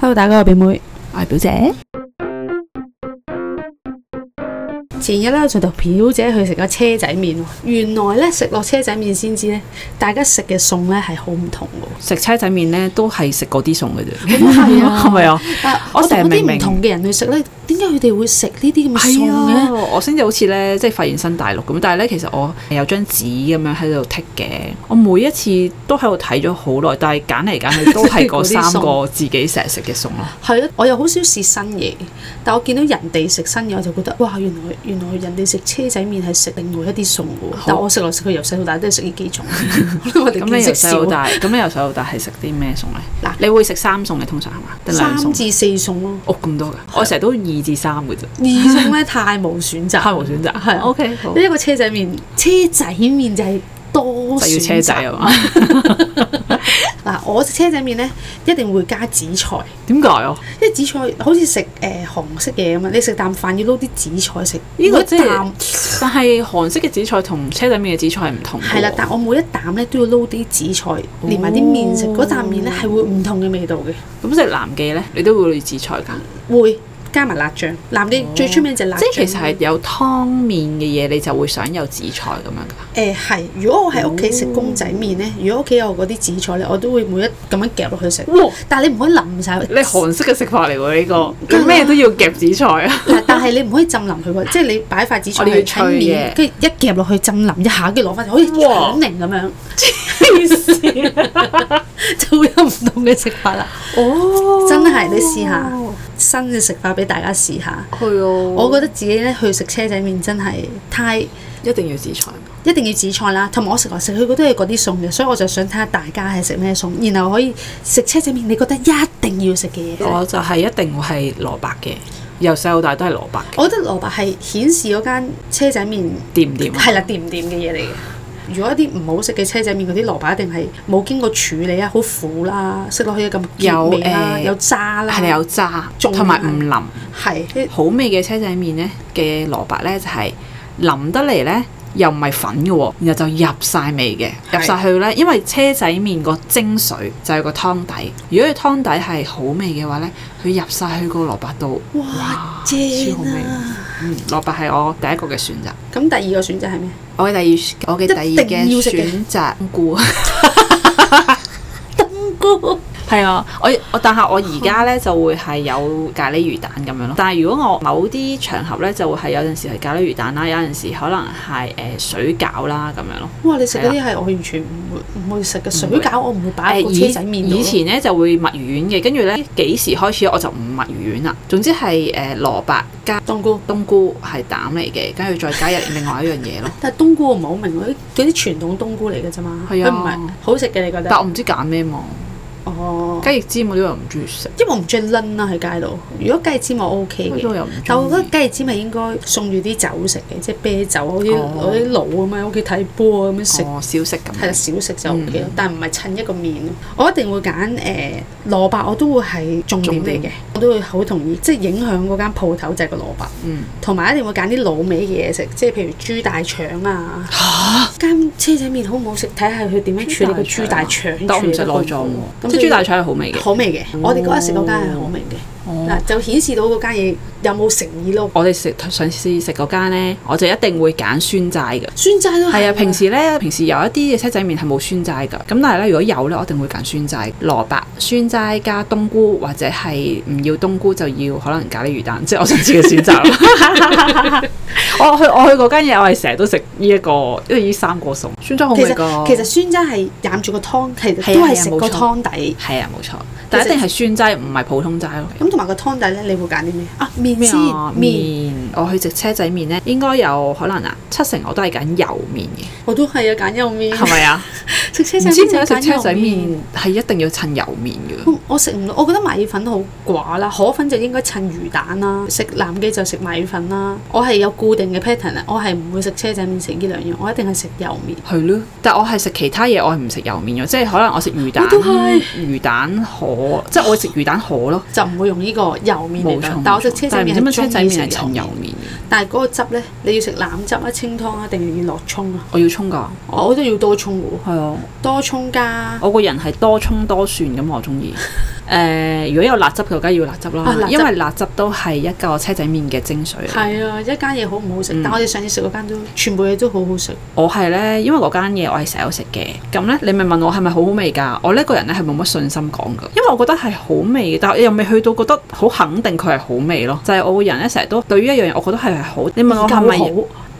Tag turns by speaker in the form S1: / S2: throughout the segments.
S1: Hello，大家好，我表妹。
S2: 我係表姐，
S1: 前日咧，我就同表姐去食咗車仔麵喎。原來咧食落車仔麵先知咧，大家食嘅餸咧係好唔同嘅
S3: 食車仔麵咧都係食嗰啲餸嘅啫，
S1: 喎。咁係
S3: 係咪啊？
S1: 但我
S3: 我
S1: 同
S3: 成日
S1: 嗰
S3: 明
S1: 啲唔
S3: 明
S1: 同嘅人去食咧，點解佢哋會食呢啲咁嘅餸
S3: 係
S1: 嘅？
S3: 啊，我先至好似咧，即係發現新大陸咁。但係咧，其實我係有張紙咁樣喺度剔嘅，我每一次都喺度睇咗好耐，但係揀嚟揀去都係 嗰
S1: 即係嗰啲餸
S3: 三個自己成日食嘅餸咯。
S1: 係咯，我又好少試新嘢，但我見到人哋食新嘢，我就覺得哇，原來原來人哋食車仔麵係食另外一啲餸嘅喎。但我食來食去由細到大都係食呢幾種，我哋
S3: 咁
S1: 見
S3: 你由
S1: 識
S3: 細
S1: 少
S3: 到。大，咁你由細到大係食啲咩餸咧？
S1: 嗱
S3: 嗱，你會食三餸嘅通常係嘛？定兩
S1: 三
S3: 餸？
S1: 至四餸咯，
S3: 哦，咁多嘅，我成日都二至三嘅啫，
S1: 二餸咧太冇選擇，
S3: 太無選擇。
S1: 係啊
S3: OK，好，
S1: 一個車仔麵，車仔麵就係多
S3: 就要車
S1: 選
S3: 仔
S1: 擇。
S3: 啊嘛？
S1: 嗱，我食車仔麵咧一定會加紫菜，
S3: 點解啊？
S1: 因為紫菜好似食誒韓式嘢咁啊，你食啖飯要撈啲紫菜食，
S3: 呢個
S1: 每一
S3: 即係
S1: 啖
S3: 但係韓式嘅紫菜同車仔麵嘅紫菜係唔同嘅喎。
S1: 係啦，但我每一啖咧都要撈啲紫菜，連埋啲麵食，嗰啖
S3: 哦
S1: 麵咧係會唔同嘅味道嘅，
S3: 咁即係南記咧，你都會紫菜㗎。
S1: 會加埋辣醬。南記最出名就係辣醬，
S3: 哦即係其實係有湯面嘅嘢，你就會想有紫菜咁樣
S1: 誒
S3: 㗎。
S1: 係。如果我喺屋企食公仔麵
S3: 哦
S1: 咧，如果屋企有嗰啲紫菜咧，我都會每一咁樣夾落去食。
S3: 哇！
S1: 但係你唔可以淋晒佢，
S3: 你韓式嘅食法嚟喎呢個，
S1: 梗係啦
S3: 你 咩都要夾紫菜啊！
S1: 但但係 你唔可以浸淋佢喎，即係你擺塊紫菜
S3: 我哋要
S1: 喺
S3: 脆
S1: 喺面，
S3: 嘅
S1: 跟住一夾落去浸淋一下，跟住攞翻，好似腸凝咁樣， 就會有唔同嘅食法啦。
S3: 哦
S1: 真係你試下新嘅食法俾大家試下。
S3: 係啊！
S1: 我
S3: 我
S1: 覺得自己咧去食車仔麵真係太一
S3: 一定要紫菜。
S1: 定要紫菜啦，同埋我食來食去都係嗰啲餸嘅，所以我就想睇下大家係食咩餸，然後可以食車仔麵，你覺得一定要食嘅嘢。
S3: 我就係一定會係蘿蔔嘅，由細到大都係蘿蔔嘅，
S1: 我覺得蘿蔔係顯示嗰間車仔麵
S3: 掂唔掂啊？
S1: 係啦，掂唔掂嘅嘢嚟嘅。如果一啲唔好食嘅車仔麵，嗰啲蘿蔔一定係冇經過處理啊，好苦啦，食落去咁澀味啦，
S3: 有誒
S1: 有渣啦，
S3: 係你有渣，
S1: 仲
S3: 同埋唔腍。
S1: 係
S3: 好味嘅車仔麵呢嘅蘿蔔呢，就係、淋得嚟呢，又唔係粉嘅喎，然後就入晒味嘅，
S1: 係
S3: 入晒去呢，因為車仔麵個精髓就係個湯底。如果佢湯底係好味嘅話呢，佢入晒去個蘿蔔度，
S1: 哇正
S3: 超好味
S1: 啊！
S3: 嗯，蘿蔔係我第一個嘅選擇。
S1: 咁第二個選擇係咩？
S3: 我嘅第二，我嘅第
S1: 一
S3: 二
S1: 定要
S3: 嘅
S1: 食嘅
S3: 選擇冬菇。
S1: 菇
S3: 係啊，我我但係我而家咧就會係有咖喱魚蛋咁樣咯。但係如果我某啲場合咧，就會係有陣時係咖喱魚蛋啦，有陣時可能係誒、呃水餃啦咁樣咯。
S1: 哇！你食嗰啲係我完全唔會唔會食嘅水餃，我唔會擺喺個
S3: 誒
S1: 啊車仔麵度
S3: 以前咧就會墨魚丸嘅，跟住咧幾時開始我就唔墨魚丸啦。總之係誒、呃、蘿蔔加
S1: 冬菇，
S3: 冬菇係蛋嚟嘅，跟住再加入另外一樣 嘢咯。
S1: 但係冬菇我唔係好明喎，嗰啲傳統冬菇嚟嘅啫嘛，佢
S3: 係啊
S1: 唔係好食嘅，你覺
S3: 但
S1: 得？
S3: 我唔知揀咩嘛，
S1: 哦，
S3: 雞翼尖我呢個又唔中意食，
S1: 因為我唔中意拎啦喺街度，如果雞尖我 O K
S3: 呢個
S1: 嘅。
S3: 又唔
S1: 但我覺
S3: 中
S1: 得雞
S3: 意。
S1: 尖係應該送住啲酒食嘅，即係啤酒，好似
S3: 哦
S1: 嗰啲佬咁樣喺屋企睇波咁樣食，
S3: 哦，嗯小食咁
S1: 係啦，啊
S3: 樣。
S1: 少食就 O K 咯。但唔係襯一個面咯，我一定會揀誒蘿蔔，我都會係重點
S3: 重
S1: 嚟嘅
S3: 點，
S1: 我都會好同意，即係影響嗰間鋪頭就係個蘿蔔，
S3: 嗯，
S1: 同埋一定會揀啲老味嘅嘢食，即係譬如豬大腸啊。間車仔麵好唔好食？睇下佢點樣處理個豬大腸。
S3: 但我唔食內
S1: 咁
S3: 臟喎，
S1: 所以
S3: 即係豬大腸係好味嘅。
S1: 好味嘅，我哋嗰日食嗰間係好味嘅。
S3: 哦
S1: 嗱，就顯示到嗰間嘢有冇誠意咯。
S3: 我哋食上次食嗰間咧，我就一定會揀酸齋嘅。
S1: 酸齋都
S3: 係啊，平
S1: 時
S3: 時咧，平時有一啲嘅車仔麵係冇酸齋㗎。咁但係咧，如果有咧，我一定會揀酸齋、蘿蔔、酸齋加冬菇，或者係唔要冬菇就要可能咖喱魚蛋，即係我上次嘅選擇啦。 我去我去嗰間嘢，我係成日都食呢一個，因為呢三個餸酸齋好
S1: 其
S3: 味
S1: 實
S3: 㗎。
S1: 其實酸齋係飲住個湯，其
S3: ，oh 係
S1: 實
S3: 啊
S1: 都係食個
S3: 係啊冇
S1: 湯底。
S3: 係啊，冇錯，但一定係酸齋，唔係普通齋咯。
S1: 咁同埋個湯底咧，你會揀啲咩啊？麵
S3: 咩
S1: 先
S3: 啊
S1: 麵，
S3: 麵？我去食車仔麵咧，應該有可能啊，七成我都係揀油麵嘅，
S1: 我都係啊，揀幼麵。
S3: 係咪啊？
S1: 食車
S3: 唔
S1: 仔
S3: 知
S1: 麵
S3: 點解
S1: 就
S3: 食
S1: 揀
S3: 車
S1: 幼
S3: 仔麵係一定要襯油麵嘅，
S1: 我嗯我食唔到，我覺得米粉好寡啦，河粉就應該襯魚蛋啦，食南記就食米粉啦。我係有固定嘅 pattern 啊，我係唔會食車仔麵食呢兩樣，我一定係食幼麵。
S3: 係咯。但我係食其他嘢，我係唔食油麵嘅，即係可能我食魚蛋
S1: 我都係、
S3: 魚蛋河，即係我食魚蛋河咯。
S1: 就唔會用呢個幼麵嚟
S3: 冇
S1: 㗎
S3: 錯，
S1: 但我食
S3: 冇錯
S1: 車仔
S3: 但
S1: 麵
S3: 係唔知
S1: 係
S3: 乜車
S1: 中
S3: 仔
S1: 意
S3: 麵
S1: 食
S3: 係襯
S1: 油
S3: 油
S1: 麵。
S3: 麵嘅，
S1: 但係嗰個汁咧，你要食腩汁啊、清湯啊，定要落葱啊？
S3: 我要葱㗎，
S1: 我我都要多葱嘅喎，
S3: 係啊，
S1: 多葱加
S3: 我個人係多葱多蒜咁，我中意。誒，如果有辣汁嘅，梗係要辣汁啦，
S1: 啊辣汁
S3: 因為辣汁都係一個車仔麵嘅精髓嚟。
S1: 係啊，一間嘢好唔好食？
S3: 嗯
S1: 但我哋上次食嗰間都全部嘢都好好食，
S3: 我係咧，因為嗰間嘢我係成日有食嘅，咁咧你咪問我係咪好好味㗎？我呢個人咧係冇乜信心講㗎，因為我覺得係好味，但係又未去到覺得好肯定佢係好味咯。就係、我個人咧成日都對於一樣嘢，我覺得係係好。你問我係
S1: 夠
S3: 咪？
S1: 好？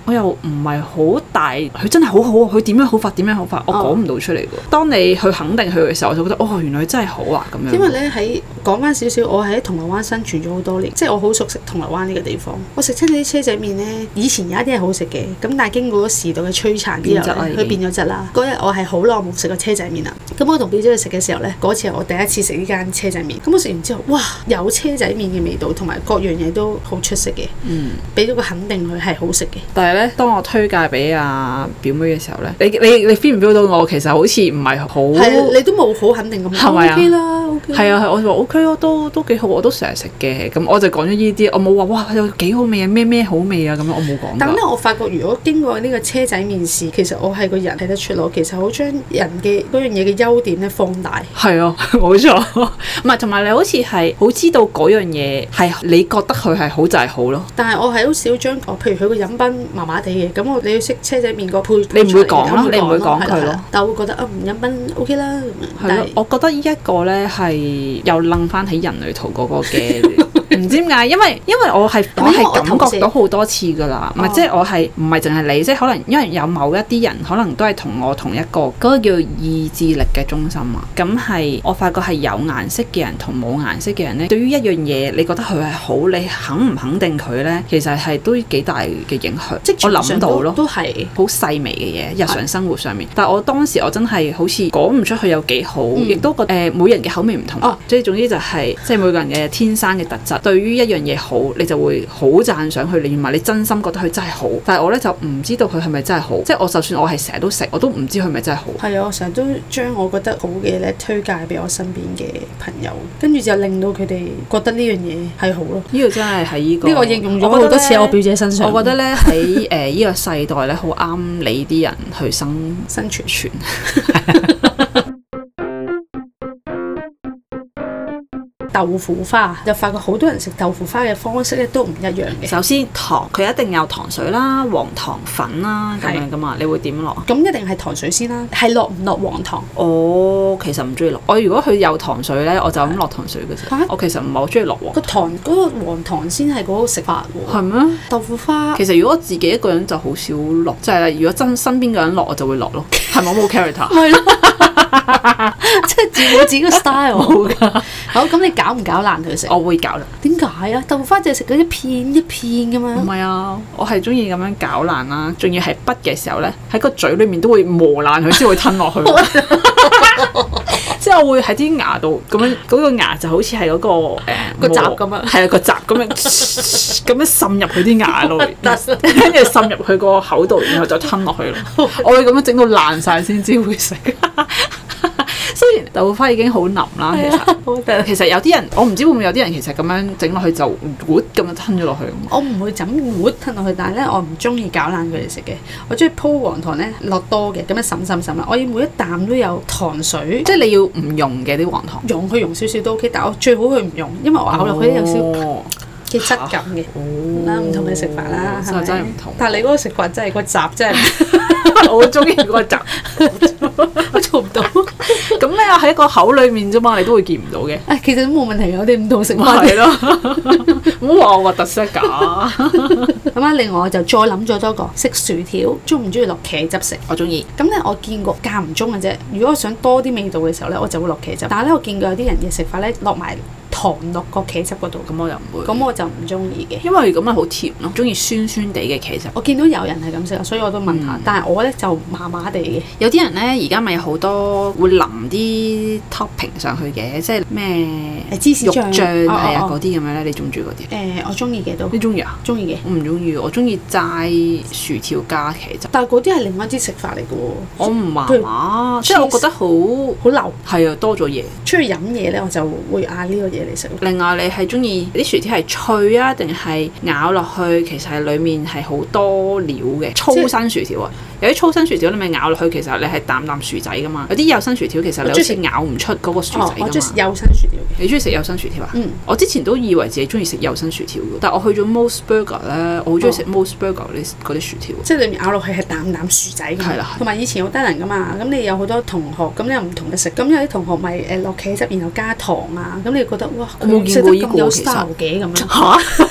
S3: 我又唔係好大，佢真係好好啊！佢點樣好法？點樣好法？我
S1: 哦
S3: 講唔到出嚟㗎。當你去肯定佢嘅時候，我就覺得哦，原來真係好啊咁樣。
S1: 因為咧喺講翻少少，我喺銅鑼灣生存咗好多年，即係我好熟悉銅鑼灣呢個地方。我食親啲車仔麵咧，以前有一啲係好食嘅，咁但係經過咗時代嘅摧殘之
S3: 變質啦
S1: 後
S3: 已
S1: 呢，
S3: 經
S1: 佢變咗質啦。嗰日我係好耐冇食過車仔麵啦。咁我同表姐去食嘅時候咧，嗰次係我第一次食呢間車仔麵。咁我食完之後，哇，有車仔麵嘅味道，同埋各樣嘢都好出色嘅，
S3: 嗯。
S1: 俾咗個肯定佢係好食嘅。
S3: 但係咧，當我推介俾阿表妹嘅時候咧，你你你 feel 唔 feel 到我其實好似唔係好
S1: 係啊，你都冇好肯定咁
S3: 哦係
S1: 講
S3: 咪啊
S1: ，OK 啦，OK 啦。
S3: 係啊，係我就話 O K 咯，都都幾好，我都成日食嘅。咁我就講咗呢啲，我冇話哇有幾好味啊，咩咩好味啊咁樣，我冇講
S1: 但
S3: 㗎。
S1: 咧，我發覺如果經過呢個車仔面試，其實我係個人睇得出咯。其實我將人嘅嗰樣嘢嘅優點咧放大，
S3: 係啊， 冇錯。唔係，同埋你好似係好知道嗰樣嘢係你覺得佢係好就係好咯，
S1: 但係我係好少將我譬如佢個飲品麻麻地嘅，咁我你要識車仔面個配，
S3: 你唔會講咯
S1: 咯，
S3: 你唔會講佢咯嗯
S1: 係啦係啦但我會覺得啊，唔飲品 OK 啦咁樣。
S3: 係
S1: 但
S3: 咯
S1: 係。
S3: 我覺得呢一個咧係又楞翻起人類圖嗰個嘅， 唔知點解，因為因為我係我
S1: 係咪因為我
S3: 係
S1: 頭
S3: 感覺
S1: 先
S3: 到好多次㗎啦，唔
S1: 哦
S3: 係即係我係唔係淨係你，即係可能因為有某一啲人可能都係同我同一個嗰、個叫意志力嘅中心啊，咁係我發覺係有顏色嘅人同冇顏色嘅人咧，對於一樣嘢你覺得佢係好，你肯唔肯定佢咧，其實係都幾大嘅影響，即係我諗到咯。
S1: 嗯都係
S3: 好細微嘅嘢，日常生活上面。但係我當時我真係好似講唔出佢有幾好，
S1: 嗯
S3: 亦、都覺誒、每人嘅口味唔同
S1: 哦。
S3: 即係總之就係、即係每個人嘅天生嘅特質。對於一樣嘢好，你就會好讚賞佢，你埋你真心覺得佢真係好。但係我咧就唔知道佢係咪真係好，即係我就算我係成日都食，我都唔知佢係咪真係好。
S1: 係啊！我成日都將我覺得好嘅咧推介俾我身邊嘅朋友，跟住就令到佢哋覺得呢樣嘢係好咯。
S3: 呢個真係喺呢個
S1: 呢個應用咗
S3: 我覺
S1: 好
S3: 得
S1: 多次喺我
S3: 呢
S1: 表姐身上。
S3: 我覺得咧喺誒呢個世代咧，好啱你啲人去生
S1: 生存
S3: 存。
S1: 豆腐花，就發覺好多人食豆腐花嘅方式咧都唔一樣嘅。
S3: 首先糖，佢一定有糖水啦、黃糖粉啦咁
S1: 係
S3: 樣噶嘛，你會點落？
S1: 咁一定係糖水先啦，係落唔落黃糖？
S3: 我其實唔中意落，我如果佢有糖水咧，我就咁落糖水嘅啫
S1: 嚇。
S3: 我其實唔係好中意落
S1: 個
S3: 喎。
S1: 糖嗰、個黃糖先係嗰個食法喎。
S3: 係咩？
S1: 豆腐花
S3: 其實如果我自己一個人就好少落，即係如果真身邊嘅人落，我就會落 咯。係咪我冇 character？
S1: 咪咯， 即係自己自己個 style 好，咁你搞唔搞爛佢食？
S3: 我會搞啦。
S1: 點解啊？豆腐花就係食嗰一片一片咁
S3: 唔
S1: 樣，
S3: 係啊，我係中意咁樣搞爛啦，仲要係筆嘅時候咧，喺個嘴裏面都會磨爛佢先會吞落 去。即係我會喺啲牙度咁樣，嗰、個牙就好似係嗰個誒
S1: 個
S3: 磨
S1: 閘咁樣
S3: 係啊個閘咁樣咁樣滲入佢啲牙 度，跟住滲入佢個口度，然後就吞落去 咯。我會咁樣整到爛晒先至會食。 雖然豆花已經好腍啦，其實。
S1: 好得
S3: 其實有啲人，我唔知會唔會有啲人其實咁樣整落去就活咁樣吞咗落去。
S1: 我唔會就咁糊吞落去，但係咧我唔中意搞爛佢哋食嘅，我中意鋪黃糖咧落多嘅，咁樣滲滲滲啦。我要每一啖都有糖水，
S3: 即係你要唔用嘅啲黃糖，
S1: 用佢用少少都 OK，但我最好佢唔用，因為我
S3: 哦
S1: 咬落去有少少嘅質感嘅。啦，唔同你食法啦，係
S3: 就
S1: 咪
S3: 哦真係唔 同。
S1: 但係你嗰個食法真係個閘真 係
S3: 我好中意嗰個集，
S1: 我做唔到。
S3: 咁咧我喺個口裡面啫嘛，你都會見唔到嘅。
S1: 唉，其實都冇問題嘅，我哋唔同食
S3: 咪
S1: 法。
S3: 係咯， 唔好話我核突色㗎。
S1: 咁啊，另外我就再諗咗多個食薯條，中唔中意落茄汁食？
S3: 我中意，
S1: 咁咧，我見過間唔中嘅啫。如果我想多啲味道嘅時候咧，我就會落茄汁。但係咧，我見過有啲人嘅食法咧，落埋糖落個茄汁嗰度，
S3: 咁我又唔會。
S1: 咁我就唔中意嘅。
S3: 因為咁啊咪好甜咯，中意酸酸地嘅其實。
S1: 我見到有人係咁食，所以我都問
S3: 嗯
S1: 下。但係我咧就麻麻地嘅。
S3: 有啲人咧，而家咪有好多會淋啲 topping 上去嘅，即係咩
S1: 誒芝士
S3: 肉
S1: 醬
S3: 醬
S1: 哦哦
S3: 係啊
S1: 哦
S3: 嗰啲咁樣咧，你中唔中意嗰
S1: 誒、
S3: 啲？
S1: 我中意嘅都
S3: 你中意啊？
S1: 中意嘅，
S3: 我唔中意，我中意齋薯條加茄汁。
S1: 但係嗰啲係另外一啲食法嚟嘅喎。
S3: 我唔麻麻，即係我覺得好
S1: 好流，
S3: 係啊，多咗嘢。
S1: 出去飲嘢咧，我就會嗌呢個嘢嚟食咯。
S3: 另外，你係中意啲薯條係脆啊，定係咬落去其實係裡面係好多料嘅粗身薯條啊？有啲粗身薯條你咪咬落去，其實你係啖啖薯仔噶嘛。有啲幼身薯條其實你好似咬唔出嗰個薯
S1: 哦
S3: 仔，
S1: 我
S3: 噶
S1: 中意
S3: 嘛。
S1: 幼身薯條嘅。
S3: 你中意食幼身薯條啊？
S1: 嗯
S3: 我之前都以為自己中意食幼身薯條嘅，但我去咗 Mos Burger 咧，我好中
S1: 哦
S3: 意食 Mos Burger 呢嗰啲薯條。
S1: 即係裡面咬落去係啖啖薯仔
S3: 係
S1: 咁
S3: 啦，
S1: 同埋以前好得人噶嘛，咁你有好多同學，咁你有唔同嘅食，咁有啲同學咪誒落茄汁，然後加糖啊，咁你覺得哇，
S3: 我冇
S1: 佢
S3: 見
S1: 食
S3: 過
S1: 得
S3: 呢個
S1: 咁有
S3: 其實
S1: style 嘅咁 樣，
S3: 嚇！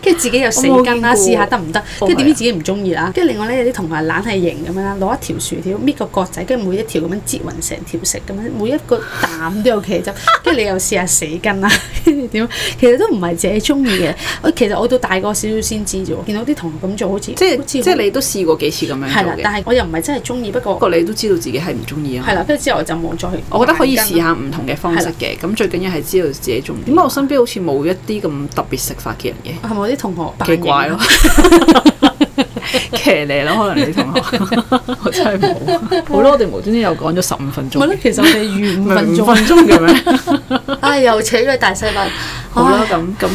S1: 跟住自己又死
S3: 我冇
S1: 跟啦，
S3: 見過
S1: 試下得唔得？
S3: 哦
S1: 跟住點
S3: 係
S1: 知
S3: 啊
S1: 自己唔中意啦，跟住另外咧有啲同學懶係型咁樣啦，攞一條薯條搣個角仔，跟住每一條咁樣擠勻成條食咁樣，每一個啖都有茄 汁，跟住你又試下死跟啦，跟住點？其實都唔係自己中意嘅，我其實我到大個少少先知啫喎，見到啲同學咁做好似
S3: 即係
S1: 好
S3: 即
S1: 似
S3: 係你都試過幾次咁樣
S1: 係啦，
S3: 做嘅，
S1: 但係我又唔係真係中意，不
S3: 不
S1: 過
S3: 過你都知道自己係唔中意啊。
S1: 係啦，跟住之後我就冇再去。
S3: 我覺得可以試。下唔同嘅方式嘅，咁最緊要係知道自己中意。點解我身邊好似冇一啲咁特別食法嘅人嘅？
S1: 係咪我啲同學扮
S3: 奇
S1: 型啊
S3: 怪 咯，騎呢咯，可能你同學， 我真係冇。 好啦，我哋無端端又講咗十五分
S1: 咪咯
S3: 鐘，，
S1: 其實我哋預五分
S3: 五
S1: 鐘，
S3: 分鐘咁樣。
S1: 唉，又扯咗去大細份。
S3: 好啦，
S1: 唉
S3: 咁咁誒。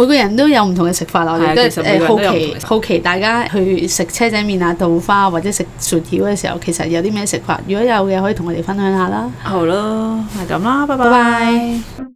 S1: 每個人都有唔同嘅食法啦，我
S3: 係啊
S1: 哋都
S3: 其實每
S1: 係誒
S3: 個
S1: 好
S3: 人都有唔同嘅
S1: 奇
S3: 食法
S1: 好奇大家去食車仔麵啊、豆花或者食薯條嘅時候，其實有啲咩食法？如果有嘅，可以同我哋分享下啦。
S3: 好啦，係咁啦，拜
S1: 拜拜
S3: 拜。